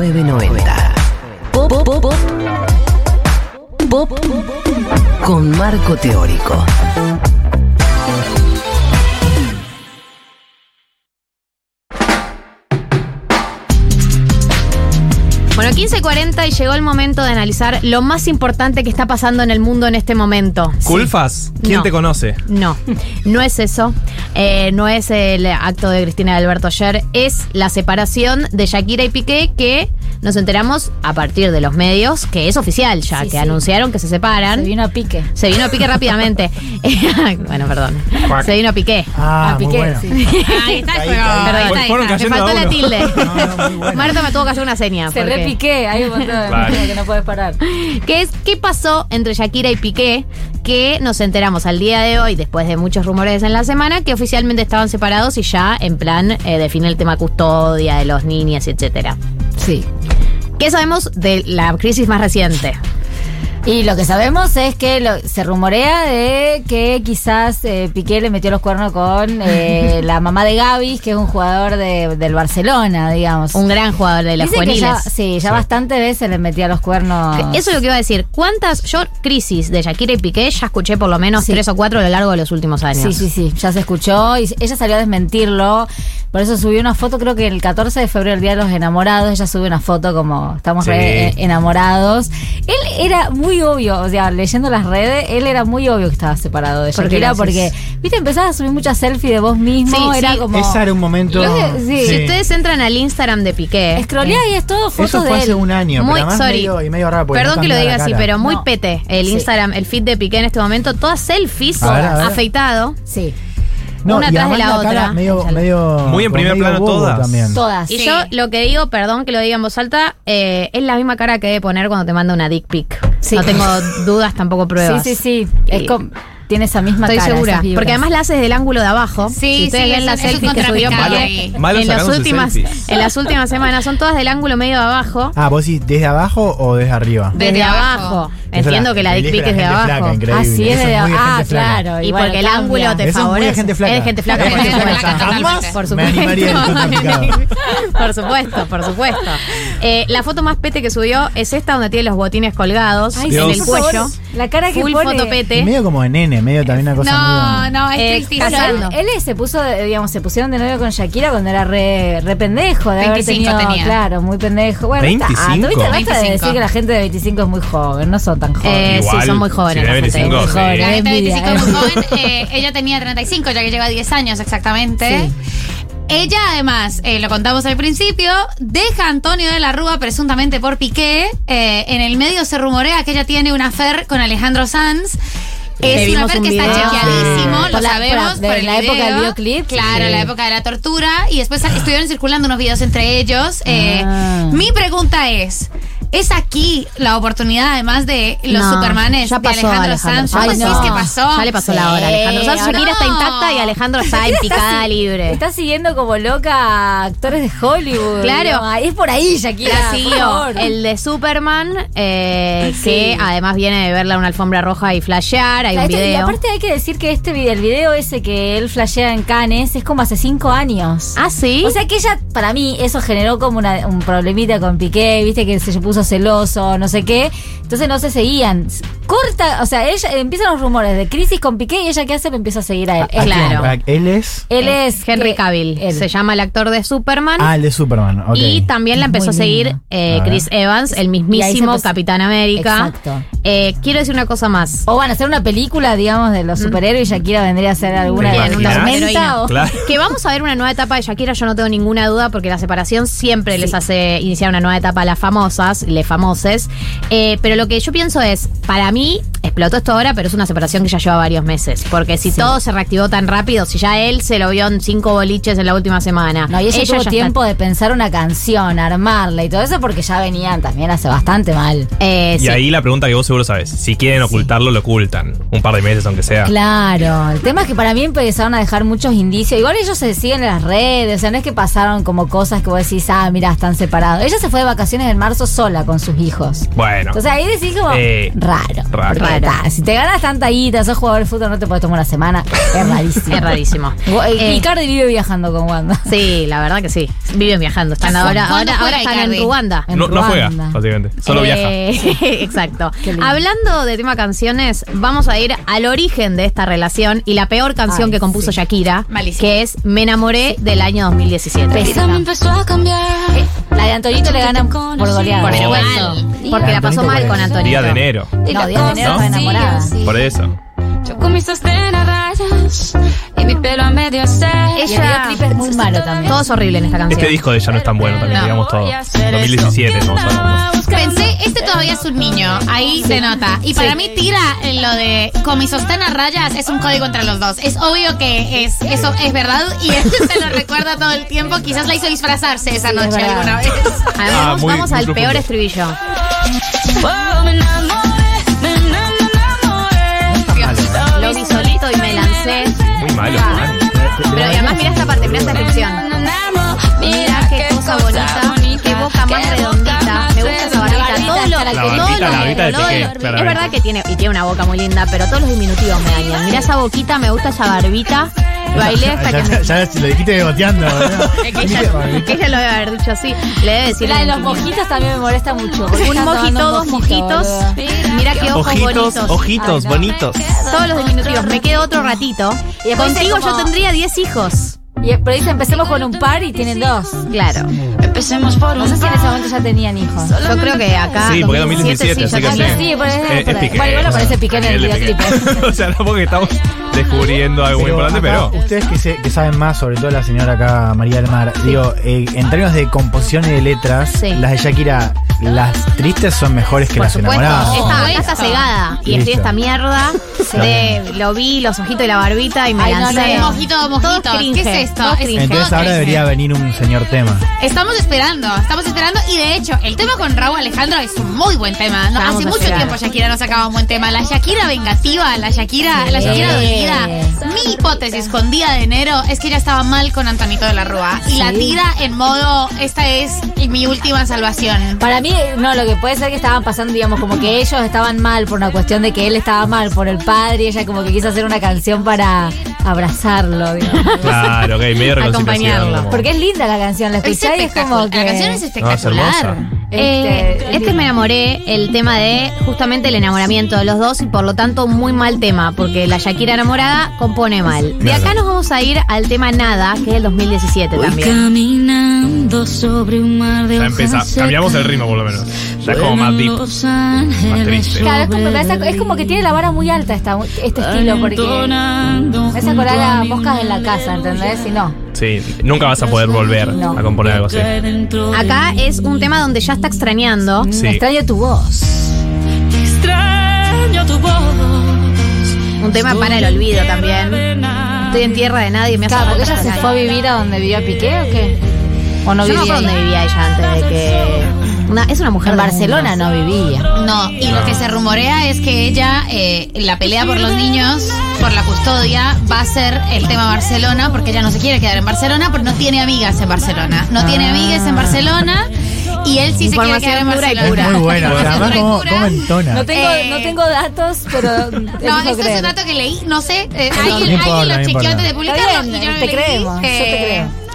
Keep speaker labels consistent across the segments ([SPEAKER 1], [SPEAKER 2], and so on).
[SPEAKER 1] 990. Pop, pop, pop, pop, pop, con marco teórico.
[SPEAKER 2] Bueno, 15.40 y llegó el momento de analizar lo más importante que está pasando en el mundo en este momento.
[SPEAKER 3] ¿Culfas? ¿Quién
[SPEAKER 2] No.
[SPEAKER 3] te conoce?
[SPEAKER 2] No, no es eso. Eh, no es el acto de Cristina de Alberto ayer. Es la separación de Shakira y Piqué que nos enteramos a partir de los medios, que es oficial ya,
[SPEAKER 4] Sí,
[SPEAKER 2] que
[SPEAKER 4] sí.
[SPEAKER 2] anunciaron que se separan.
[SPEAKER 4] Se vino a pique.
[SPEAKER 2] Se vino Piqué rápidamente. Eh, bueno, perdón. Se vino Piqué.
[SPEAKER 5] Ah,
[SPEAKER 4] a
[SPEAKER 5] muy
[SPEAKER 4] pique,
[SPEAKER 5] bueno.
[SPEAKER 4] sí.
[SPEAKER 2] Ahí está el juego. Perdón,
[SPEAKER 3] Fue-
[SPEAKER 2] está ahí,
[SPEAKER 3] fueron
[SPEAKER 2] está. Me
[SPEAKER 3] cayendo
[SPEAKER 2] faltó
[SPEAKER 3] a
[SPEAKER 2] la
[SPEAKER 3] uno.
[SPEAKER 2] tilde.
[SPEAKER 5] No, no, muy bueno.
[SPEAKER 2] Marta me tuvo que hacer una seña.
[SPEAKER 4] Se
[SPEAKER 2] porque-
[SPEAKER 4] repiqué, hay un montón de
[SPEAKER 3] Claro.
[SPEAKER 4] cosas que no puedes parar.
[SPEAKER 2] que es qué pasó entre Shakira y Piqué, que nos enteramos al día de hoy, después de muchos rumores en la semana, que oficialmente estaban separados y ya en plan eh, define el tema custodia de los niñas, etcétera.
[SPEAKER 4] Sí.
[SPEAKER 2] ¿Qué sabemos de la crisis más reciente?
[SPEAKER 4] Y lo que sabemos es que lo- se rumorea de que quizás eh, Piqué le metió los cuernos con eh, la mamá de Gaby, que es un jugador de- del Barcelona, digamos.
[SPEAKER 2] Un gran jugador de las
[SPEAKER 4] Dice que
[SPEAKER 2] juveniles.
[SPEAKER 4] ya, sí, ya bastantes veces le metía los cuernos.
[SPEAKER 2] Eso es lo que iba a decir. ¿Cuántas yo crisis de Shakira y Piqué ya escuché por lo menos
[SPEAKER 4] Sí.
[SPEAKER 2] tres o cuatro a lo largo de los últimos años?
[SPEAKER 4] Sí, sí, sí, ya se escuchó y ella salió a desmentirlo. Por eso subió una foto, creo que el 14 de febrero, el Día de los Enamorados, ella sube una foto como estamos
[SPEAKER 3] Sí.
[SPEAKER 4] re, eh, enamorados. Él era muy obvio, o sea, leyendo las redes, él era muy obvio que estaba separado de
[SPEAKER 2] ¿Por qué
[SPEAKER 4] Shakira
[SPEAKER 2] lo haces?
[SPEAKER 4] porque, viste, empezás a subir muchas selfies de vos mismo,
[SPEAKER 2] Sí,
[SPEAKER 4] era
[SPEAKER 2] sí.
[SPEAKER 4] como...
[SPEAKER 5] Esa era un momento.
[SPEAKER 4] Creo que sí.
[SPEAKER 2] Si ustedes entran al Instagram de Piqué,
[SPEAKER 4] Escroleás y es todo fotos
[SPEAKER 5] Eso fue
[SPEAKER 4] de
[SPEAKER 5] hace
[SPEAKER 4] él.
[SPEAKER 5] un año.
[SPEAKER 2] Muy-
[SPEAKER 5] pero además
[SPEAKER 2] sorry.
[SPEAKER 5] medio- y medio raro, porque
[SPEAKER 2] Perdón
[SPEAKER 5] no
[SPEAKER 2] que lo
[SPEAKER 5] cambia
[SPEAKER 2] diga
[SPEAKER 5] la
[SPEAKER 2] así,
[SPEAKER 5] cara.
[SPEAKER 2] pero muy
[SPEAKER 4] No.
[SPEAKER 2] pete el
[SPEAKER 4] Sí.
[SPEAKER 2] Instagram, el feed de Piqué en este momento, todas selfies,
[SPEAKER 5] A ver, a ver.
[SPEAKER 2] afeitado.
[SPEAKER 4] Sí,
[SPEAKER 2] una
[SPEAKER 5] y
[SPEAKER 2] atrás de
[SPEAKER 5] además
[SPEAKER 2] la otra.
[SPEAKER 5] cara Medio,
[SPEAKER 2] Chale.
[SPEAKER 5] medio,
[SPEAKER 3] Muy en
[SPEAKER 5] como
[SPEAKER 3] primer
[SPEAKER 5] medio
[SPEAKER 3] plano
[SPEAKER 5] bobo
[SPEAKER 3] todas.
[SPEAKER 5] También.
[SPEAKER 4] todas.
[SPEAKER 2] Y
[SPEAKER 4] sí.
[SPEAKER 2] yo lo que digo, perdón que lo diga en voz alta, eh, es la misma cara que debe poner cuando te manda una dick pic.
[SPEAKER 4] Sí.
[SPEAKER 2] No tengo dudas, tampoco pruebas.
[SPEAKER 4] Sí, sí, sí.
[SPEAKER 2] Y-
[SPEAKER 4] Es como- tiene esa misma
[SPEAKER 2] Estoy
[SPEAKER 4] cara.
[SPEAKER 2] segura.
[SPEAKER 4] esas vibras.
[SPEAKER 2] Porque además la haces del ángulo de abajo.
[SPEAKER 6] Sí,
[SPEAKER 2] si ustedes
[SPEAKER 6] sí,
[SPEAKER 2] ven
[SPEAKER 6] es
[SPEAKER 2] la
[SPEAKER 6] un- es un
[SPEAKER 2] selfie que subió
[SPEAKER 6] contrapicado
[SPEAKER 2] Piqué,
[SPEAKER 6] ahí.
[SPEAKER 3] Malo
[SPEAKER 2] en, las
[SPEAKER 3] sacándose
[SPEAKER 2] últimas,
[SPEAKER 3] selfies.
[SPEAKER 2] en las últimas semanas son todas del ángulo medio de abajo.
[SPEAKER 5] Ah, vos decís desde abajo o desde arriba.
[SPEAKER 2] Desde,
[SPEAKER 6] Desde
[SPEAKER 2] abajo.
[SPEAKER 6] abajo.
[SPEAKER 2] Entiendo que la dick pic es de abajo.
[SPEAKER 4] Ah, sí, es de Ah, claro.
[SPEAKER 2] Y
[SPEAKER 4] igual
[SPEAKER 2] porque el
[SPEAKER 4] cambia.
[SPEAKER 2] ángulo te
[SPEAKER 5] Eso es muy de
[SPEAKER 2] favorece.
[SPEAKER 5] gente flaca.
[SPEAKER 2] Es de gente flaca.
[SPEAKER 6] Es de
[SPEAKER 2] por
[SPEAKER 6] gente
[SPEAKER 2] supuesto.
[SPEAKER 6] flaca, totalmente.
[SPEAKER 2] Por
[SPEAKER 5] Me animaría a ir
[SPEAKER 2] supuesto. por supuesto, por supuesto. Eh, la foto más pete que subió es esta donde tiene los botines colgados
[SPEAKER 4] Ay,
[SPEAKER 2] en
[SPEAKER 3] Dios.
[SPEAKER 2] el cuello.
[SPEAKER 4] La cara que
[SPEAKER 2] Full
[SPEAKER 4] pone.
[SPEAKER 2] foto pete.
[SPEAKER 5] Medio como de nene, medio también una cosa
[SPEAKER 6] No,
[SPEAKER 5] medio-
[SPEAKER 6] no, es
[SPEAKER 2] Eh,
[SPEAKER 6] tristísimo.
[SPEAKER 2] casando.
[SPEAKER 4] Bueno, Él, él se puso, de- digamos, se pusieron de novio con Shakira cuando era re, re pendejo. De haber
[SPEAKER 6] 25
[SPEAKER 4] tenido-
[SPEAKER 6] tenía.
[SPEAKER 4] Claro, muy pendejo. Bueno, basta-
[SPEAKER 3] 25.
[SPEAKER 4] ah, ¿tuviste? basta de
[SPEAKER 6] 25.
[SPEAKER 4] decir que la gente de 25 es muy joven, no son tan
[SPEAKER 2] Eh,
[SPEAKER 4] jóvenes.
[SPEAKER 2] sí,
[SPEAKER 3] Igual,
[SPEAKER 2] son muy jóvenes.
[SPEAKER 3] si
[SPEAKER 2] la gente,
[SPEAKER 3] tiene 25,
[SPEAKER 2] muy
[SPEAKER 3] sí.
[SPEAKER 2] jóvenes.
[SPEAKER 6] La gente de
[SPEAKER 4] envidia,
[SPEAKER 6] 25 es muy
[SPEAKER 4] eh.
[SPEAKER 6] joven. eh, ella tenía 35, ya que lleva 10 años exactamente. Ella, además, eh, lo contamos al principio, deja a Antonio de la Rúa presuntamente por Piqué. Eh, en el medio se rumorea que ella tiene una fer con Alejandro Sanz.
[SPEAKER 2] Le
[SPEAKER 6] Es
[SPEAKER 2] vimos
[SPEAKER 6] una afer
[SPEAKER 2] un
[SPEAKER 6] que está
[SPEAKER 2] video. Ah,
[SPEAKER 6] chequeadísimo,
[SPEAKER 4] Ah, Sí.
[SPEAKER 6] lo
[SPEAKER 4] Por la-
[SPEAKER 6] sabemos.
[SPEAKER 4] por la- de
[SPEAKER 6] por el
[SPEAKER 4] la época
[SPEAKER 6] video.
[SPEAKER 4] del videoclip.
[SPEAKER 6] Claro,
[SPEAKER 4] Sí.
[SPEAKER 6] la época de la tortura. Y después estuvieron circulando unos videos entre ellos. Eh,
[SPEAKER 4] Ah.
[SPEAKER 6] Mi pregunta es. ¿Es aquí la oportunidad, además de los
[SPEAKER 2] No,
[SPEAKER 6] Supermanes
[SPEAKER 2] ya
[SPEAKER 6] de
[SPEAKER 2] pasó
[SPEAKER 6] Alejandro,
[SPEAKER 2] Alejandro
[SPEAKER 6] Sanz? ¿Cómo
[SPEAKER 4] Sanz. Ay,
[SPEAKER 6] decís
[SPEAKER 4] no.
[SPEAKER 6] que pasó?
[SPEAKER 2] Ya le pasó
[SPEAKER 4] Sí.
[SPEAKER 2] la hora, Alejandro. Sanz.
[SPEAKER 4] No.
[SPEAKER 2] Shakira está intacta y Alejandro está en picada
[SPEAKER 4] si-
[SPEAKER 2] libre.
[SPEAKER 4] Está siguiendo como loca a actores de Hollywood.
[SPEAKER 2] Claro.
[SPEAKER 4] digamos. Es por ahí, Shakira.
[SPEAKER 2] La
[SPEAKER 4] por
[SPEAKER 2] siguió
[SPEAKER 4] favor.
[SPEAKER 2] el de Superman, eh,
[SPEAKER 4] Sí.
[SPEAKER 2] que además viene de verla en una alfombra roja y flashear. Hay un
[SPEAKER 4] Este- Y
[SPEAKER 2] video.
[SPEAKER 4] aparte hay que decir que este video, el video ese que él flashea en Cannes es como hace cinco años.
[SPEAKER 2] Ah, sí.
[SPEAKER 4] O sea que ella, para mí, eso generó como una- un problemita con Piqué, viste que se puso celoso, no sé qué. Entonces no se seguían. Corta, o sea, ella empiezan los rumores de crisis con Piqué y ella qué hace, lo empieza a seguir a él.
[SPEAKER 2] Ah,
[SPEAKER 4] Él-
[SPEAKER 2] claro.
[SPEAKER 5] ¿A quién? Él es.
[SPEAKER 4] Él es
[SPEAKER 2] Eh, Henry
[SPEAKER 4] que-
[SPEAKER 2] Cavill.
[SPEAKER 4] él.
[SPEAKER 2] Se llama el actor de Superman.
[SPEAKER 5] Ah, el de Superman. ok.
[SPEAKER 2] Y también la empezó a
[SPEAKER 4] Muy
[SPEAKER 2] seguir
[SPEAKER 4] lindo.
[SPEAKER 2] eh,
[SPEAKER 5] A ver.
[SPEAKER 2] Chris Evans, el
[SPEAKER 4] Y ahí se
[SPEAKER 2] mismísimo
[SPEAKER 4] empezó-
[SPEAKER 2] Capitán América.
[SPEAKER 4] Exacto.
[SPEAKER 2] Eh, quiero decir una cosa más.
[SPEAKER 4] O van a hacer una película, digamos, de
[SPEAKER 2] Mm.
[SPEAKER 4] los superhéroes y Shakira vendría a hacer alguna
[SPEAKER 3] ¿Te
[SPEAKER 4] de
[SPEAKER 3] imaginas?
[SPEAKER 4] tormenta o-
[SPEAKER 3] Claro.
[SPEAKER 2] Que vamos a ver una nueva etapa de Shakira, yo no tengo ninguna duda, porque la separación siempre les hace iniciar una nueva etapa a las famosas, les famoses. Eh, pero lo que yo pienso es, para mí, explotó esto ahora, pero es una separación que ya lleva varios meses. Porque si todo se reactivó tan rápido, si ya él se lo vio en cinco boliches en la última semana.
[SPEAKER 4] No, y ella,
[SPEAKER 2] ya
[SPEAKER 4] tuvo
[SPEAKER 2] está-
[SPEAKER 4] tiempo de pensar una canción, armarla y todo eso porque ya venían también hace bastante mal.
[SPEAKER 2] Eh,
[SPEAKER 3] Y
[SPEAKER 2] sí.
[SPEAKER 3] ahí la pregunta que vos seguro sabes. Si quieren ocultarlo, lo ocultan. Un par de meses, aunque sea.
[SPEAKER 4] Claro, el tema es que para mí empezaron a dejar muchos indicios. Igual ellos se siguen en las redes, o sea, no es que pasaron como cosas que vos decís, ah, mira, están separados. Ella se fue de vacaciones en marzo sola con sus hijos.
[SPEAKER 3] Bueno.
[SPEAKER 4] Entonces ahí decís como,
[SPEAKER 3] Eh.
[SPEAKER 4] raro.
[SPEAKER 3] Raro.
[SPEAKER 4] Porque, ta, si te ganas tanta guita, sos jugador de fútbol, no te puedes tomar una semana. Es rarísimo.
[SPEAKER 2] Es rarísimo.
[SPEAKER 4] Eh,
[SPEAKER 2] Eh,
[SPEAKER 4] Icardi vive viajando con Wanda.
[SPEAKER 2] Sí, la verdad que sí. Viven viajando. Están
[SPEAKER 6] ¿Cuándo
[SPEAKER 2] ahora, ahora,
[SPEAKER 6] juega
[SPEAKER 2] ahora están
[SPEAKER 6] Icardi?
[SPEAKER 2] en Ruanda.
[SPEAKER 4] en
[SPEAKER 3] No, no juega,
[SPEAKER 4] Ruanda.
[SPEAKER 3] básicamente. Solo viaja.
[SPEAKER 2] Eh, Exacto.
[SPEAKER 4] Qué lindo.
[SPEAKER 2] Hablando de tema canciones, vamos a ir al origen de esta relación y la peor canción
[SPEAKER 4] Ay,
[SPEAKER 2] que compuso
[SPEAKER 4] sí.
[SPEAKER 2] Shakira,
[SPEAKER 6] Malísimo.
[SPEAKER 2] que es Me enamoré del año 2017.
[SPEAKER 7] Todo me empezó a cambiar.
[SPEAKER 2] Eh,
[SPEAKER 4] La de Antonito le gana por goleada.
[SPEAKER 2] Por
[SPEAKER 3] No.
[SPEAKER 2] eso. Porque la pasó
[SPEAKER 5] Antonito
[SPEAKER 2] mal
[SPEAKER 5] por
[SPEAKER 2] con
[SPEAKER 5] eso.
[SPEAKER 2] Antonio.
[SPEAKER 3] Día de enero.
[SPEAKER 7] Y
[SPEAKER 4] No,
[SPEAKER 7] la
[SPEAKER 4] Dios,
[SPEAKER 7] cosa
[SPEAKER 3] estaba
[SPEAKER 4] enamorada.
[SPEAKER 7] sigue así.
[SPEAKER 3] Por eso.
[SPEAKER 7] Yo con mis sostén a rayas y mi pelo a medio hacer.
[SPEAKER 4] Y el videoclip es muy malo también.
[SPEAKER 2] Todo es horrible en esta canción.
[SPEAKER 3] Este disco de ella no es tan bueno también,
[SPEAKER 6] No.
[SPEAKER 3] digamos todo.
[SPEAKER 7] Voy a hacer esto
[SPEAKER 3] 2017, estamos
[SPEAKER 7] que
[SPEAKER 3] hablando.
[SPEAKER 7] estaba buscando.
[SPEAKER 6] Pensé, este todavía es un niño, ahí se nota. Y para mí tira en lo de con mi sostén a rayas es un código entre los dos. Es obvio que es eso es verdad y este se lo recuerda todo el tiempo. Quizás la hizo disfrazarse esa
[SPEAKER 4] es
[SPEAKER 6] noche
[SPEAKER 4] verdad.
[SPEAKER 6] alguna vez.
[SPEAKER 2] A ver,
[SPEAKER 3] Ah,
[SPEAKER 2] vamos,
[SPEAKER 3] muy-
[SPEAKER 2] vamos
[SPEAKER 3] muy
[SPEAKER 2] al
[SPEAKER 3] profundo.
[SPEAKER 2] peor estribillo.
[SPEAKER 7] Oh, me enamoré, me enamoré.
[SPEAKER 2] Lo vi solito y me lancé.
[SPEAKER 3] Muy malo. mal.
[SPEAKER 2] Pero y además mira esta parte, mira esta descripción.
[SPEAKER 7] Me enamoré.
[SPEAKER 2] Mira qué cosa bonita, qué boca más redondita, me gusta esa barbita, todo lo,
[SPEAKER 3] La
[SPEAKER 2] todo
[SPEAKER 3] barbita,
[SPEAKER 2] lo-
[SPEAKER 3] la barbita de
[SPEAKER 2] todo lo-
[SPEAKER 3] Piqué,
[SPEAKER 2] Es
[SPEAKER 3] claramente.
[SPEAKER 2] verdad que tiene, y tiene una boca muy linda, pero todos los diminutivos me dañan. Mirá esa boquita, me gusta esa barbita, bailé hasta que
[SPEAKER 5] Ya,
[SPEAKER 2] me...
[SPEAKER 5] ya- ya lo dijiste goteando. boludo.
[SPEAKER 2] Que ella, que ella lo debe haber dicho así. Le debe decir...
[SPEAKER 4] La de los
[SPEAKER 2] un intimidad.
[SPEAKER 4] mojitos también me molesta mucho. porque
[SPEAKER 2] Un
[SPEAKER 4] están
[SPEAKER 2] mojito,
[SPEAKER 4] tomando
[SPEAKER 2] dos
[SPEAKER 4] un
[SPEAKER 2] mojitos.
[SPEAKER 4] boludo.
[SPEAKER 2] Mira qué ojos bonitos.
[SPEAKER 4] ojitos Ay, no.
[SPEAKER 3] bonitos.
[SPEAKER 2] Todos los diminutivos. Me quedo otro ratito.
[SPEAKER 4] Y después
[SPEAKER 2] Contigo
[SPEAKER 4] es como-
[SPEAKER 2] yo tendría 10 hijos.
[SPEAKER 4] Y, eh, pero dice, empecemos con un par y tienen dos.
[SPEAKER 2] Claro.
[SPEAKER 7] Empecemos por
[SPEAKER 4] No
[SPEAKER 7] un
[SPEAKER 4] sé si en
[SPEAKER 7] par.
[SPEAKER 4] ese momento ya tenían hijos.
[SPEAKER 2] Yo creo que acá.
[SPEAKER 3] Sí, porque 2017,
[SPEAKER 2] sí,
[SPEAKER 3] así
[SPEAKER 2] ya
[SPEAKER 3] que sí.
[SPEAKER 2] tenía.
[SPEAKER 4] sí, por eso,
[SPEAKER 3] Eh,
[SPEAKER 4] por
[SPEAKER 3] es
[SPEAKER 4] ahí.
[SPEAKER 3] Piqué.
[SPEAKER 4] Bueno, igual aparece Piqué en
[SPEAKER 3] Él
[SPEAKER 4] el
[SPEAKER 3] es Piqué.
[SPEAKER 4] videoclip.
[SPEAKER 3] O sea, no porque estamos descubriendo algo muy importante,
[SPEAKER 5] acá,
[SPEAKER 3] pero.
[SPEAKER 5] Ustedes que, se- que saben más, sobre todo la señora acá, María del Mar, digo, eh, en términos de composición y de letras,
[SPEAKER 2] Sí.
[SPEAKER 5] las de Shakira, las tristes son mejores que
[SPEAKER 2] Por
[SPEAKER 5] las
[SPEAKER 2] supuesto,
[SPEAKER 5] enamoradas.
[SPEAKER 2] esta acá
[SPEAKER 6] Listo.
[SPEAKER 2] está cegada. Y estoy
[SPEAKER 5] Listo.
[SPEAKER 2] esta mierda de lo vi, los ojitos y la barbita y me
[SPEAKER 4] Ay, no,
[SPEAKER 2] lancé.
[SPEAKER 4] no, no.
[SPEAKER 6] Mojito,
[SPEAKER 2] Todos
[SPEAKER 6] mojito. ¿Qué
[SPEAKER 2] cringe,
[SPEAKER 6] es esto?
[SPEAKER 2] todos
[SPEAKER 6] Es
[SPEAKER 2] cringe.
[SPEAKER 5] Entonces
[SPEAKER 6] todo
[SPEAKER 5] ahora
[SPEAKER 6] cringe.
[SPEAKER 5] debería venir un señor tema.
[SPEAKER 6] Estamos esperando, estamos esperando y de hecho el tema con Raúl Alejandro es un muy buen tema. ¿no?
[SPEAKER 2] Vamos
[SPEAKER 6] Hace
[SPEAKER 2] a
[SPEAKER 6] mucho
[SPEAKER 2] esperar.
[SPEAKER 6] tiempo Shakira no sacaba un buen tema. La Shakira vengativa, la Shakira, la Shakira dolida. Mi hipótesis con Día de Enero es que ella estaba mal con Antonito de la Rúa y la tira en modo esta es mi última salvación.
[SPEAKER 4] Para mí, no, lo que puede ser que estaban pasando, digamos, como que ellos estaban mal por una cuestión de que él estaba mal por el padre y ella como que quiso hacer una canción para abrazarlo, digamos.
[SPEAKER 3] Claro, ok, medio reconciliación.
[SPEAKER 2] Acompañarlo.
[SPEAKER 3] como-
[SPEAKER 4] Porque es linda la canción, la
[SPEAKER 6] Es
[SPEAKER 4] escuchás y Pues es como
[SPEAKER 6] espectacular.
[SPEAKER 4] que...
[SPEAKER 6] La canción es
[SPEAKER 3] No, es
[SPEAKER 6] espectacular.
[SPEAKER 3] hermosa.
[SPEAKER 2] Eh,
[SPEAKER 4] Este,
[SPEAKER 2] este me enamoré, el tema de justamente el enamoramiento de los dos y por lo tanto muy mal tema, porque la Shakira enamorada compone mal. De
[SPEAKER 5] Claro.
[SPEAKER 2] acá nos vamos a ir al tema Nada, que es el 2017
[SPEAKER 7] Voy
[SPEAKER 2] también.
[SPEAKER 7] caminando sobre un mar de
[SPEAKER 3] Ya empieza,
[SPEAKER 7] hojas
[SPEAKER 3] cambiamos el
[SPEAKER 7] secas.
[SPEAKER 3] ritmo por lo menos. Ya es como más
[SPEAKER 7] Vuelan
[SPEAKER 3] deep.
[SPEAKER 7] los ángeles
[SPEAKER 3] triste.
[SPEAKER 4] Claro, es como,
[SPEAKER 7] sobre
[SPEAKER 4] esa- es como que tiene la vara muy alta esta, este estilo, porque
[SPEAKER 7] Entonando
[SPEAKER 4] me hace
[SPEAKER 7] junto
[SPEAKER 4] acordar
[SPEAKER 7] a
[SPEAKER 4] a
[SPEAKER 7] mi
[SPEAKER 4] moscas en la casa,
[SPEAKER 7] melodía.
[SPEAKER 4] ¿entendés? Si no.
[SPEAKER 3] Sí, nunca vas a poder volver
[SPEAKER 4] No.
[SPEAKER 3] a componer algo así.
[SPEAKER 7] Cae dentro de
[SPEAKER 2] Acá es un tema donde ya está extrañando.
[SPEAKER 3] Sí.
[SPEAKER 4] Extraño tu voz.
[SPEAKER 7] Te extraño tu voz.
[SPEAKER 2] Un tema para el olvido también. Estoy
[SPEAKER 7] Estoy
[SPEAKER 2] en tierra de nadie, me hace
[SPEAKER 4] Claro, porque
[SPEAKER 2] falta
[SPEAKER 4] ella se
[SPEAKER 2] nadie.
[SPEAKER 4] fue a vivir a donde vivía Piqué o qué? O no
[SPEAKER 2] Yo no
[SPEAKER 4] vivía
[SPEAKER 2] sé
[SPEAKER 4] ahí?
[SPEAKER 2] dónde vivía ella antes de que. Una- es una mujer
[SPEAKER 4] En
[SPEAKER 2] de
[SPEAKER 4] Barcelona
[SPEAKER 2] mundos.
[SPEAKER 4] no vivía.
[SPEAKER 6] No, y lo que se rumorea es que ella, eh, la pelea por los niños, por la custodia, va a ser el tema Barcelona, porque ella no se quiere quedar en Barcelona, porque no tiene amigas en Barcelona. No tiene
[SPEAKER 4] Ah.
[SPEAKER 6] amigas en Barcelona, y él sí se quiere quedar en
[SPEAKER 2] Información dura y
[SPEAKER 6] Barcelona.
[SPEAKER 5] Es muy buena, o sea, además
[SPEAKER 6] Dura y
[SPEAKER 5] como,
[SPEAKER 6] pura.
[SPEAKER 5] como entona.
[SPEAKER 4] No tengo,
[SPEAKER 6] Eh.
[SPEAKER 4] no tengo datos, pero.
[SPEAKER 6] No,
[SPEAKER 4] elijo
[SPEAKER 6] este es
[SPEAKER 4] creer.
[SPEAKER 6] un dato que leí, no sé, eh, alguien,
[SPEAKER 5] importa,
[SPEAKER 6] alguien
[SPEAKER 5] no
[SPEAKER 6] lo chequeó
[SPEAKER 5] importa.
[SPEAKER 6] antes de
[SPEAKER 4] Está
[SPEAKER 6] publicarlo
[SPEAKER 4] bien,
[SPEAKER 6] y yo lo
[SPEAKER 4] te
[SPEAKER 6] leí.
[SPEAKER 4] creemos, yo te creo.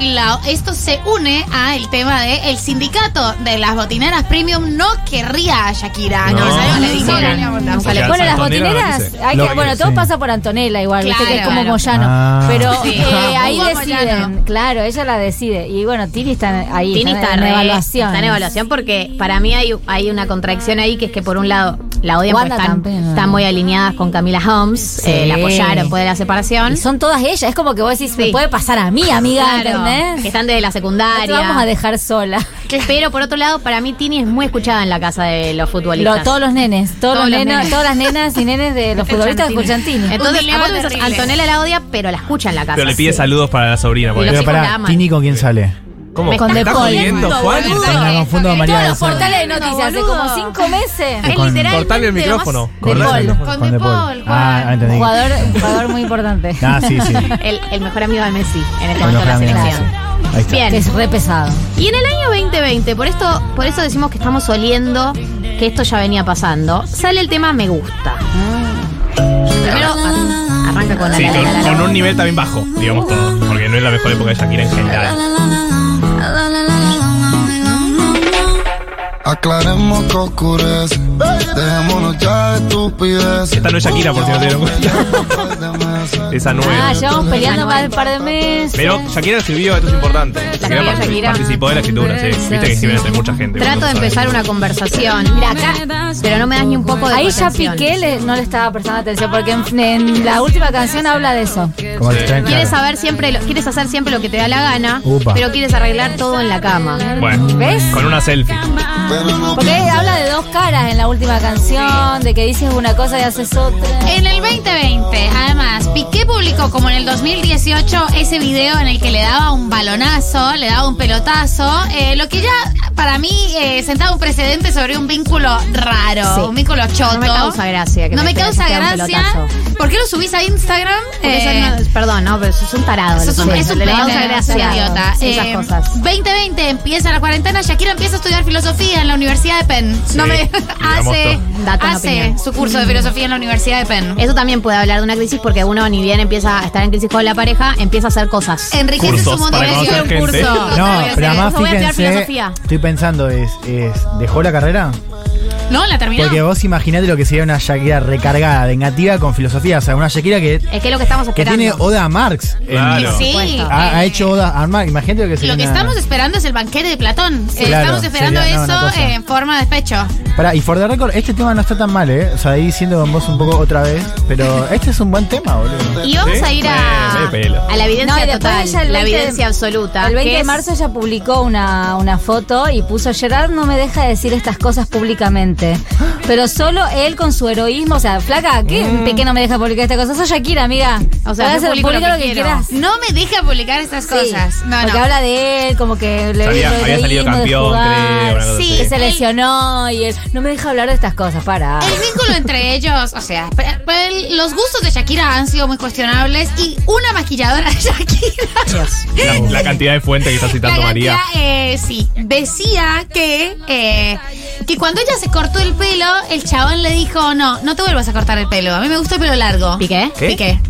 [SPEAKER 6] Y la- esto se une a el tema de el sindicato de las botineras premium no querría a Shakira. No,
[SPEAKER 3] No,
[SPEAKER 6] no, le
[SPEAKER 3] no
[SPEAKER 6] dijo
[SPEAKER 3] quería.
[SPEAKER 6] que no le
[SPEAKER 3] O sea,
[SPEAKER 6] votaron.
[SPEAKER 4] Bueno, las
[SPEAKER 3] Antonella no
[SPEAKER 4] botineras.
[SPEAKER 3] dice.
[SPEAKER 4] hay
[SPEAKER 5] Lo
[SPEAKER 4] que-
[SPEAKER 5] que-
[SPEAKER 4] bueno, todo
[SPEAKER 5] sí.
[SPEAKER 4] pasa por Antonella igual, viste
[SPEAKER 6] Claro,
[SPEAKER 4] que es como
[SPEAKER 6] claro.
[SPEAKER 4] Moyano.
[SPEAKER 5] Ah.
[SPEAKER 4] Pero
[SPEAKER 6] Sí.
[SPEAKER 4] eh, ahí
[SPEAKER 6] Hugo
[SPEAKER 4] deciden.
[SPEAKER 6] Moyano.
[SPEAKER 4] Claro, ella la decide. Y bueno, Tini está ahí.
[SPEAKER 2] Tini está,
[SPEAKER 4] en
[SPEAKER 2] re-
[SPEAKER 4] evaluación.
[SPEAKER 2] Está en evaluación porque para mí hay, hay una contradicción ahí que es que por un lado la odian
[SPEAKER 4] Wanda
[SPEAKER 2] porque están,
[SPEAKER 4] también.
[SPEAKER 2] están muy alineadas con Camila Holmes, eh, la apoyaron después de la separación.
[SPEAKER 4] Y son todas ellas. Es como que vos decís, me
[SPEAKER 2] Sí.
[SPEAKER 4] puede pasar a mí, amiga,
[SPEAKER 2] Claro, que
[SPEAKER 4] ¿entendés?
[SPEAKER 2] están desde la
[SPEAKER 4] No te
[SPEAKER 2] secundaria.
[SPEAKER 4] vamos a dejar sola.
[SPEAKER 2] Pero por otro lado, para mí Tini es muy escuchada en la casa de los futbolistas.
[SPEAKER 4] Lo- todos los nenes, todos, los
[SPEAKER 2] los
[SPEAKER 4] nenas,
[SPEAKER 2] nenes.
[SPEAKER 4] todas las nenas y nenes de los futbolistas escuchan Tini.
[SPEAKER 2] Entonces,
[SPEAKER 6] Un dilema
[SPEAKER 2] aparte,
[SPEAKER 6] terrible.
[SPEAKER 2] Antonella la odia, pero la escucha en la casa.
[SPEAKER 3] Pero le pide
[SPEAKER 2] Sí.
[SPEAKER 3] saludos para la sobrina. Porque
[SPEAKER 2] Los
[SPEAKER 5] Pero
[SPEAKER 2] chicos la
[SPEAKER 5] pará,
[SPEAKER 2] aman.
[SPEAKER 5] Tini con quién sale.
[SPEAKER 3] ¿Cómo?
[SPEAKER 2] Me
[SPEAKER 3] ¿Estás
[SPEAKER 2] esconde
[SPEAKER 4] Paul.
[SPEAKER 3] jodiendo, Juan?
[SPEAKER 5] Sí, la confundo con María
[SPEAKER 4] Todos
[SPEAKER 5] del
[SPEAKER 4] los
[SPEAKER 5] Mar.
[SPEAKER 4] portales de noticias hace
[SPEAKER 2] boludo.
[SPEAKER 4] como cinco meses.
[SPEAKER 2] Es
[SPEAKER 5] Con-
[SPEAKER 2] literalmente
[SPEAKER 3] Cortale el
[SPEAKER 2] lo más-
[SPEAKER 3] micrófono.
[SPEAKER 5] Con
[SPEAKER 3] Cortale
[SPEAKER 5] De
[SPEAKER 3] el
[SPEAKER 5] Paul.
[SPEAKER 3] micrófono.
[SPEAKER 6] Con De Paul, Juan.
[SPEAKER 5] Ah, ahora entendí.
[SPEAKER 4] Jugador, jugador muy importante.
[SPEAKER 5] Ah, sí, sí.
[SPEAKER 2] El, el mejor amigo de Messi en este
[SPEAKER 5] Con
[SPEAKER 2] momento
[SPEAKER 5] los
[SPEAKER 2] de la
[SPEAKER 5] grandes,
[SPEAKER 2] selección.
[SPEAKER 5] sí. Ahí está.
[SPEAKER 4] Que
[SPEAKER 2] Bien.
[SPEAKER 4] es re pesado.
[SPEAKER 2] Y en el año 2020, por esto, por eso decimos que estamos oliendo que esto ya venía pasando, sale el tema Me Gusta. Mm. Primero ar- arranca con la,
[SPEAKER 3] Sí,
[SPEAKER 2] la, la, la, la,
[SPEAKER 3] con,
[SPEAKER 2] la.
[SPEAKER 3] con un nivel también bajo, digamos todo. Porque no es la mejor época de Shakira en general.
[SPEAKER 8] Aclaremos que oscurece. Dejémonos ya de estupidez.
[SPEAKER 3] Esta no es Shakira, por si no te dieron cuenta. Esa nueva.
[SPEAKER 4] Ah, llevamos peleando más de un par de meses.
[SPEAKER 3] Pero Shakira escribió, esto es importante. Shakira,
[SPEAKER 2] escribió
[SPEAKER 3] partic-
[SPEAKER 2] Shakira.
[SPEAKER 3] participó de la escritura, sí. Viste que escriben entre mucha gente.
[SPEAKER 2] Trato
[SPEAKER 3] bueno,
[SPEAKER 2] de
[SPEAKER 3] no
[SPEAKER 2] empezar
[SPEAKER 3] saben.
[SPEAKER 2] una conversación. Mira acá, pero no me das ni un poco de
[SPEAKER 4] Ahí ya
[SPEAKER 2] atención.
[SPEAKER 4] Piqué le- no le estaba prestando atención porque en, en la última canción habla de eso.
[SPEAKER 5] Como el tren,
[SPEAKER 2] Quieres
[SPEAKER 5] claro.
[SPEAKER 2] saber siempre, lo- quieres hacer siempre lo que te da la gana,
[SPEAKER 5] Upa.
[SPEAKER 2] pero quieres arreglar todo en la cama.
[SPEAKER 3] Bueno,
[SPEAKER 4] ¿Ves?
[SPEAKER 3] con una selfie.
[SPEAKER 8] Pero no
[SPEAKER 4] Porque habla de dos caras en la última canción, de que dices una cosa y haces otra.
[SPEAKER 6] En el 2020, además, Piqué publicó como en el 2018 ese video en el que le daba un balonazo, le daba un pelotazo, eh, lo que ya para mí eh, sentaba un precedente sobre un vínculo raro,
[SPEAKER 2] Sí.
[SPEAKER 6] un vínculo choto.
[SPEAKER 2] No me causa gracia que
[SPEAKER 6] No
[SPEAKER 2] me
[SPEAKER 6] me causa
[SPEAKER 2] hayas dado un
[SPEAKER 6] gracia.
[SPEAKER 2] pelotazo.
[SPEAKER 6] ¿Por qué lo subís a Instagram?
[SPEAKER 2] Porque
[SPEAKER 6] Eh,
[SPEAKER 2] sos una- perdón, no, pero sos un tarado.
[SPEAKER 6] Sos
[SPEAKER 2] lo
[SPEAKER 6] un,
[SPEAKER 2] sé,
[SPEAKER 6] es un
[SPEAKER 2] le
[SPEAKER 6] pene,
[SPEAKER 2] damos
[SPEAKER 6] es un
[SPEAKER 2] gracias.
[SPEAKER 6] idiota.
[SPEAKER 2] Sí, esas
[SPEAKER 6] Eh,
[SPEAKER 2] cosas.
[SPEAKER 6] 2020 empieza la cuarentena, Shakira empieza a estudiar filosofía en la Universidad de Penn.
[SPEAKER 3] Sí,
[SPEAKER 6] no me
[SPEAKER 3] digamos
[SPEAKER 6] hace,
[SPEAKER 2] todo. Dato de
[SPEAKER 6] hace
[SPEAKER 2] opinión.
[SPEAKER 6] su curso de filosofía en la Universidad de Penn.
[SPEAKER 2] Eso también puede hablar de una crisis porque uno ni bien empieza a estar en crisis con la pareja, empieza a hacer cosas.
[SPEAKER 6] Enriquece
[SPEAKER 3] Cursos
[SPEAKER 6] su
[SPEAKER 3] para
[SPEAKER 6] motivación.
[SPEAKER 3] conocer
[SPEAKER 6] Un
[SPEAKER 3] gente.
[SPEAKER 6] curso.
[SPEAKER 5] No, pero además
[SPEAKER 2] voy a estudiar
[SPEAKER 5] fíjense,
[SPEAKER 2] filosofía.
[SPEAKER 5] estoy pensando, es, es ¿dejó la carrera?
[SPEAKER 6] No, la terminó.
[SPEAKER 5] Porque vos imaginate lo que sería una Shakira recargada, vengativa con filosofía, o sea, una Shakira que,
[SPEAKER 2] Es que es lo que estamos
[SPEAKER 5] que
[SPEAKER 2] esperando.
[SPEAKER 5] tiene Oda a Marx. en-
[SPEAKER 3] Claro. Ah,
[SPEAKER 6] sí.
[SPEAKER 2] supuesto.
[SPEAKER 5] ha, ha
[SPEAKER 6] eh,
[SPEAKER 5] hecho Oda a Marx, imagínate lo que sería
[SPEAKER 6] Lo que
[SPEAKER 5] una-
[SPEAKER 6] estamos esperando es el banquete de Platón. Eh,
[SPEAKER 5] Claro,
[SPEAKER 6] estamos esperando
[SPEAKER 5] sería, no, una
[SPEAKER 6] eso
[SPEAKER 5] cosa.
[SPEAKER 6] eh, en forma de despecho.
[SPEAKER 5] Pará, y for the record, este tema no está tan mal, ¿eh? O sea, ahí siendo con vos un poco otra vez, pero este es un buen tema, boludo.
[SPEAKER 2] Y vamos
[SPEAKER 3] ¿Sí?
[SPEAKER 2] a ir
[SPEAKER 3] Eh,
[SPEAKER 2] a,
[SPEAKER 3] medio pelo.
[SPEAKER 2] a la
[SPEAKER 4] No,
[SPEAKER 2] evidencia
[SPEAKER 4] y después
[SPEAKER 2] total,
[SPEAKER 4] ella el
[SPEAKER 2] la
[SPEAKER 4] 20 de-
[SPEAKER 2] evidencia absoluta.
[SPEAKER 4] El 20
[SPEAKER 2] que
[SPEAKER 4] de
[SPEAKER 2] es-
[SPEAKER 4] marzo ella publicó una, una foto y puso Gerard no me deja decir estas cosas públicamente. Pero solo él con su heroísmo, o sea, flaca, ¿qué? Pequé no me deja publicar estas cosas. Soy Shakira, amiga.
[SPEAKER 2] Mm. O sea, yo
[SPEAKER 4] Podés hacer-
[SPEAKER 2] publico lo
[SPEAKER 4] publica
[SPEAKER 2] que quiero.
[SPEAKER 4] quieras.
[SPEAKER 6] No me deja publicar estas cosas. No,
[SPEAKER 4] porque
[SPEAKER 6] no.
[SPEAKER 4] habla de él, como que le
[SPEAKER 3] Había- había salido campeón, creo, una cosa
[SPEAKER 4] sí,
[SPEAKER 3] así.
[SPEAKER 4] que se lesionó y él no me deja hablar de estas cosas, para.
[SPEAKER 6] El vínculo entre ellos, o sea, pe- pe- los gustos de Shakira han sido muy cuestionables y una maquilladora de Shakira.
[SPEAKER 3] La, la cantidad de fuentes que está
[SPEAKER 6] La
[SPEAKER 3] citando María.
[SPEAKER 6] cantidad, eh, sí, decía que, eh, que cuando ella se cortó el pelo, el chabón le dijo, no, no te vuelvas a cortar el pelo, a mí me gusta el pelo largo.
[SPEAKER 2] ¿Piqué?
[SPEAKER 3] ¿Qué?
[SPEAKER 6] Piqué.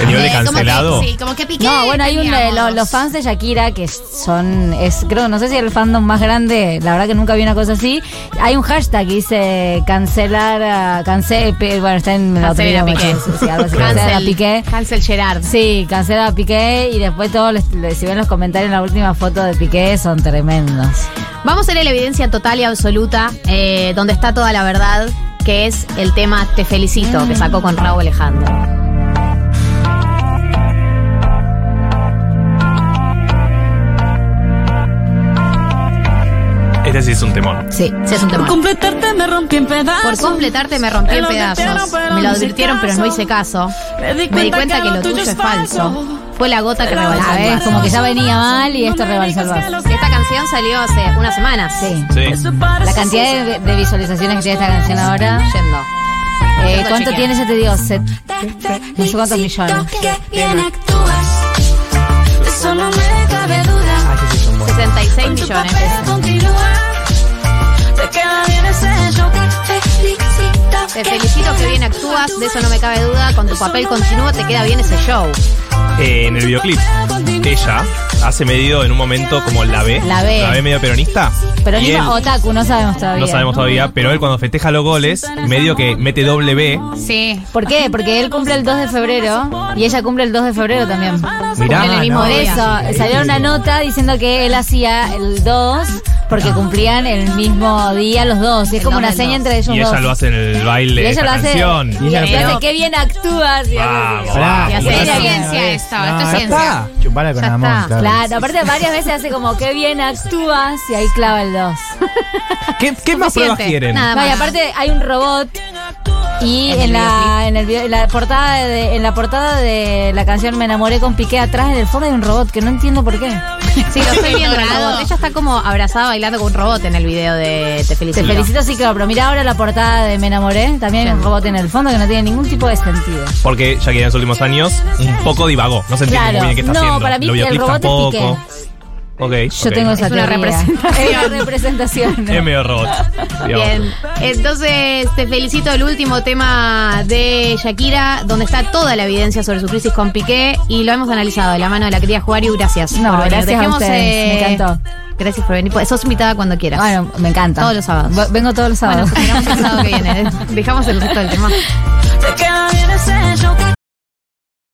[SPEAKER 3] El nivel de
[SPEAKER 6] Eh, como que-
[SPEAKER 3] cancelado.
[SPEAKER 6] sí, como que Piqué.
[SPEAKER 4] No, bueno, hay un, eh, lo-
[SPEAKER 6] teníamos.
[SPEAKER 4] los fans de Shakira que son, es, creo, no sé si el fandom más grande, la verdad que nunca vi una cosa así. Hay un hashtag que dice cancelar, a- cance, pe- bueno, está en la
[SPEAKER 2] Cancelen a
[SPEAKER 4] opinión,
[SPEAKER 2] Piqué.
[SPEAKER 4] sí, sí, algo así, cancelar a Piqué.
[SPEAKER 2] Cancel, cancel Gerard.
[SPEAKER 4] Sí, cancela a Piqué y después todos, les- les- si ven los comentarios en la última foto de Piqué, son tremendos.
[SPEAKER 2] Vamos a ir a la evidencia total y absoluta, eh, donde está toda la verdad, que es el tema Te felicito, que sacó con Raúl Alejandro.
[SPEAKER 3] Este sí es un temor.
[SPEAKER 2] Sí, sí es un tema.
[SPEAKER 7] Completarte me rompí en
[SPEAKER 2] Por
[SPEAKER 7] pedazos.
[SPEAKER 2] completarte me rompí en
[SPEAKER 7] Me lo advirtieron,
[SPEAKER 2] pedazos.
[SPEAKER 7] pero
[SPEAKER 2] Me lo
[SPEAKER 7] no hice
[SPEAKER 2] advirtieron, pero no hice caso.
[SPEAKER 7] Me di
[SPEAKER 2] Me di
[SPEAKER 7] cuenta
[SPEAKER 2] cuenta que lo tuyo es falso. Fue la gota que rebalsó
[SPEAKER 4] Ah,
[SPEAKER 2] el
[SPEAKER 4] ¿ves?
[SPEAKER 2] vaso.
[SPEAKER 4] Como que ya venía mal y esto rebalsó el vaso.
[SPEAKER 2] Esta canción salió hace unas semanas.
[SPEAKER 4] Sí.
[SPEAKER 3] Sí.
[SPEAKER 4] La cantidad de, de visualizaciones que tiene esta canción ahora.
[SPEAKER 2] Yendo.
[SPEAKER 4] Eh,
[SPEAKER 2] Yendo,
[SPEAKER 4] ¿Cuánto
[SPEAKER 2] chiquilla.
[SPEAKER 4] tiene? Ya te digo, set- no sé cuántos millones.
[SPEAKER 7] Que bien
[SPEAKER 2] eh.
[SPEAKER 7] actúas. De Solo me cabe duda.
[SPEAKER 5] Ah, este sí es un buen.
[SPEAKER 2] 66
[SPEAKER 7] Tu
[SPEAKER 2] millones.
[SPEAKER 7] papel continúa. Te queda bien ese yo te felicito.
[SPEAKER 2] Te felicito que bien actúas, de eso no me cabe duda. Con tu papel continúa, te queda bien ese show.
[SPEAKER 3] Eh, en el videoclip, ella hace medio en un momento como la B.
[SPEAKER 4] La B.
[SPEAKER 3] La B medio peronista.
[SPEAKER 4] Pero
[SPEAKER 3] Y
[SPEAKER 4] ni
[SPEAKER 3] él-
[SPEAKER 4] otaku, no sabemos todavía.
[SPEAKER 3] No sabemos todavía, pero él cuando festeja los goles, medio que mete doble B.
[SPEAKER 6] Sí.
[SPEAKER 4] ¿Por qué? Porque él cumple el 2 de febrero y ella cumple el 2 de febrero también.
[SPEAKER 5] Mirá,
[SPEAKER 2] en el mismo
[SPEAKER 5] no.
[SPEAKER 4] Por
[SPEAKER 2] día.
[SPEAKER 4] eso, salió una nota diciendo que él hacía el 2 porque cumplían el mismo día los dos. Y es
[SPEAKER 2] El
[SPEAKER 4] como
[SPEAKER 2] dos
[SPEAKER 4] una
[SPEAKER 2] del
[SPEAKER 4] seña
[SPEAKER 2] dos.
[SPEAKER 4] entre ellos
[SPEAKER 3] Y
[SPEAKER 4] dos.
[SPEAKER 3] ella lo hace en el baile
[SPEAKER 4] Y
[SPEAKER 3] de
[SPEAKER 4] ella
[SPEAKER 3] esta
[SPEAKER 4] lo hace.
[SPEAKER 3] canción.
[SPEAKER 4] Y
[SPEAKER 5] Y
[SPEAKER 4] ella
[SPEAKER 5] ella-
[SPEAKER 4] hace, qué bien actúas. y algo
[SPEAKER 3] Vamos.
[SPEAKER 4] así.
[SPEAKER 5] Pará,
[SPEAKER 2] Ya
[SPEAKER 5] porque
[SPEAKER 2] sé,
[SPEAKER 5] no
[SPEAKER 2] es
[SPEAKER 5] sabe
[SPEAKER 2] ciencia
[SPEAKER 5] nada.
[SPEAKER 6] esto, esto es
[SPEAKER 5] Ah, ya
[SPEAKER 6] ciencia.
[SPEAKER 5] está. Chupala con
[SPEAKER 2] Ya
[SPEAKER 5] amor,
[SPEAKER 2] está.
[SPEAKER 5] claro.
[SPEAKER 4] Claro, aparte varias veces hace como qué bien actúas y ahí clava el 2.
[SPEAKER 3] ¿Qué, qué más pruebas quieren?
[SPEAKER 2] Nada
[SPEAKER 4] No, y
[SPEAKER 2] más.
[SPEAKER 4] aparte hay un robot y
[SPEAKER 2] En
[SPEAKER 4] en,
[SPEAKER 2] el
[SPEAKER 4] la, en, el video- en la portada de, en la portada de la canción Me enamoré con Piqué atrás en el fondo hay un robot que no entiendo por qué.
[SPEAKER 2] Sí, lo estoy viendo el
[SPEAKER 6] Dorado.
[SPEAKER 2] robot. Ella está como abrazada bailando con un robot en el video de Te
[SPEAKER 4] Te
[SPEAKER 2] felicito.
[SPEAKER 4] felicito sí claro, pero mira ahora la portada de Me enamoré, también hay un robot en el fondo que no tiene ningún tipo de sentido.
[SPEAKER 3] Porque Shakira en los últimos años un poco divagó. No se entiende
[SPEAKER 4] Claro,
[SPEAKER 3] muy bien qué está
[SPEAKER 4] no,
[SPEAKER 3] haciendo.
[SPEAKER 4] para mí
[SPEAKER 3] Los
[SPEAKER 4] el
[SPEAKER 3] videoclips
[SPEAKER 4] robot es
[SPEAKER 3] tampoco.
[SPEAKER 4] Piqué.
[SPEAKER 3] Ok. Em.
[SPEAKER 4] Yo tengo esa
[SPEAKER 2] Es una
[SPEAKER 4] teoría.
[SPEAKER 2] representación.
[SPEAKER 4] Es una representación.
[SPEAKER 3] Es medio robot. digamos.
[SPEAKER 2] Bien, entonces te felicito el último tema de Shakira, donde está toda la evidencia sobre su crisis con Piqué y lo hemos analizado de la mano de la querida Juario. Gracias.
[SPEAKER 4] No,
[SPEAKER 2] por venir. eh,
[SPEAKER 4] gracias a ustedes, me encantó.
[SPEAKER 2] Gracias por venir. Pues, Sos invitada cuando quieras.
[SPEAKER 4] Bueno, me encanta.
[SPEAKER 2] Todos los sábados.
[SPEAKER 4] V- Vengo todos los
[SPEAKER 2] Bueno,
[SPEAKER 4] sábados.
[SPEAKER 2] esperamos el sábado que viene. Dejamos el resto del tema.
[SPEAKER 7] Te quedan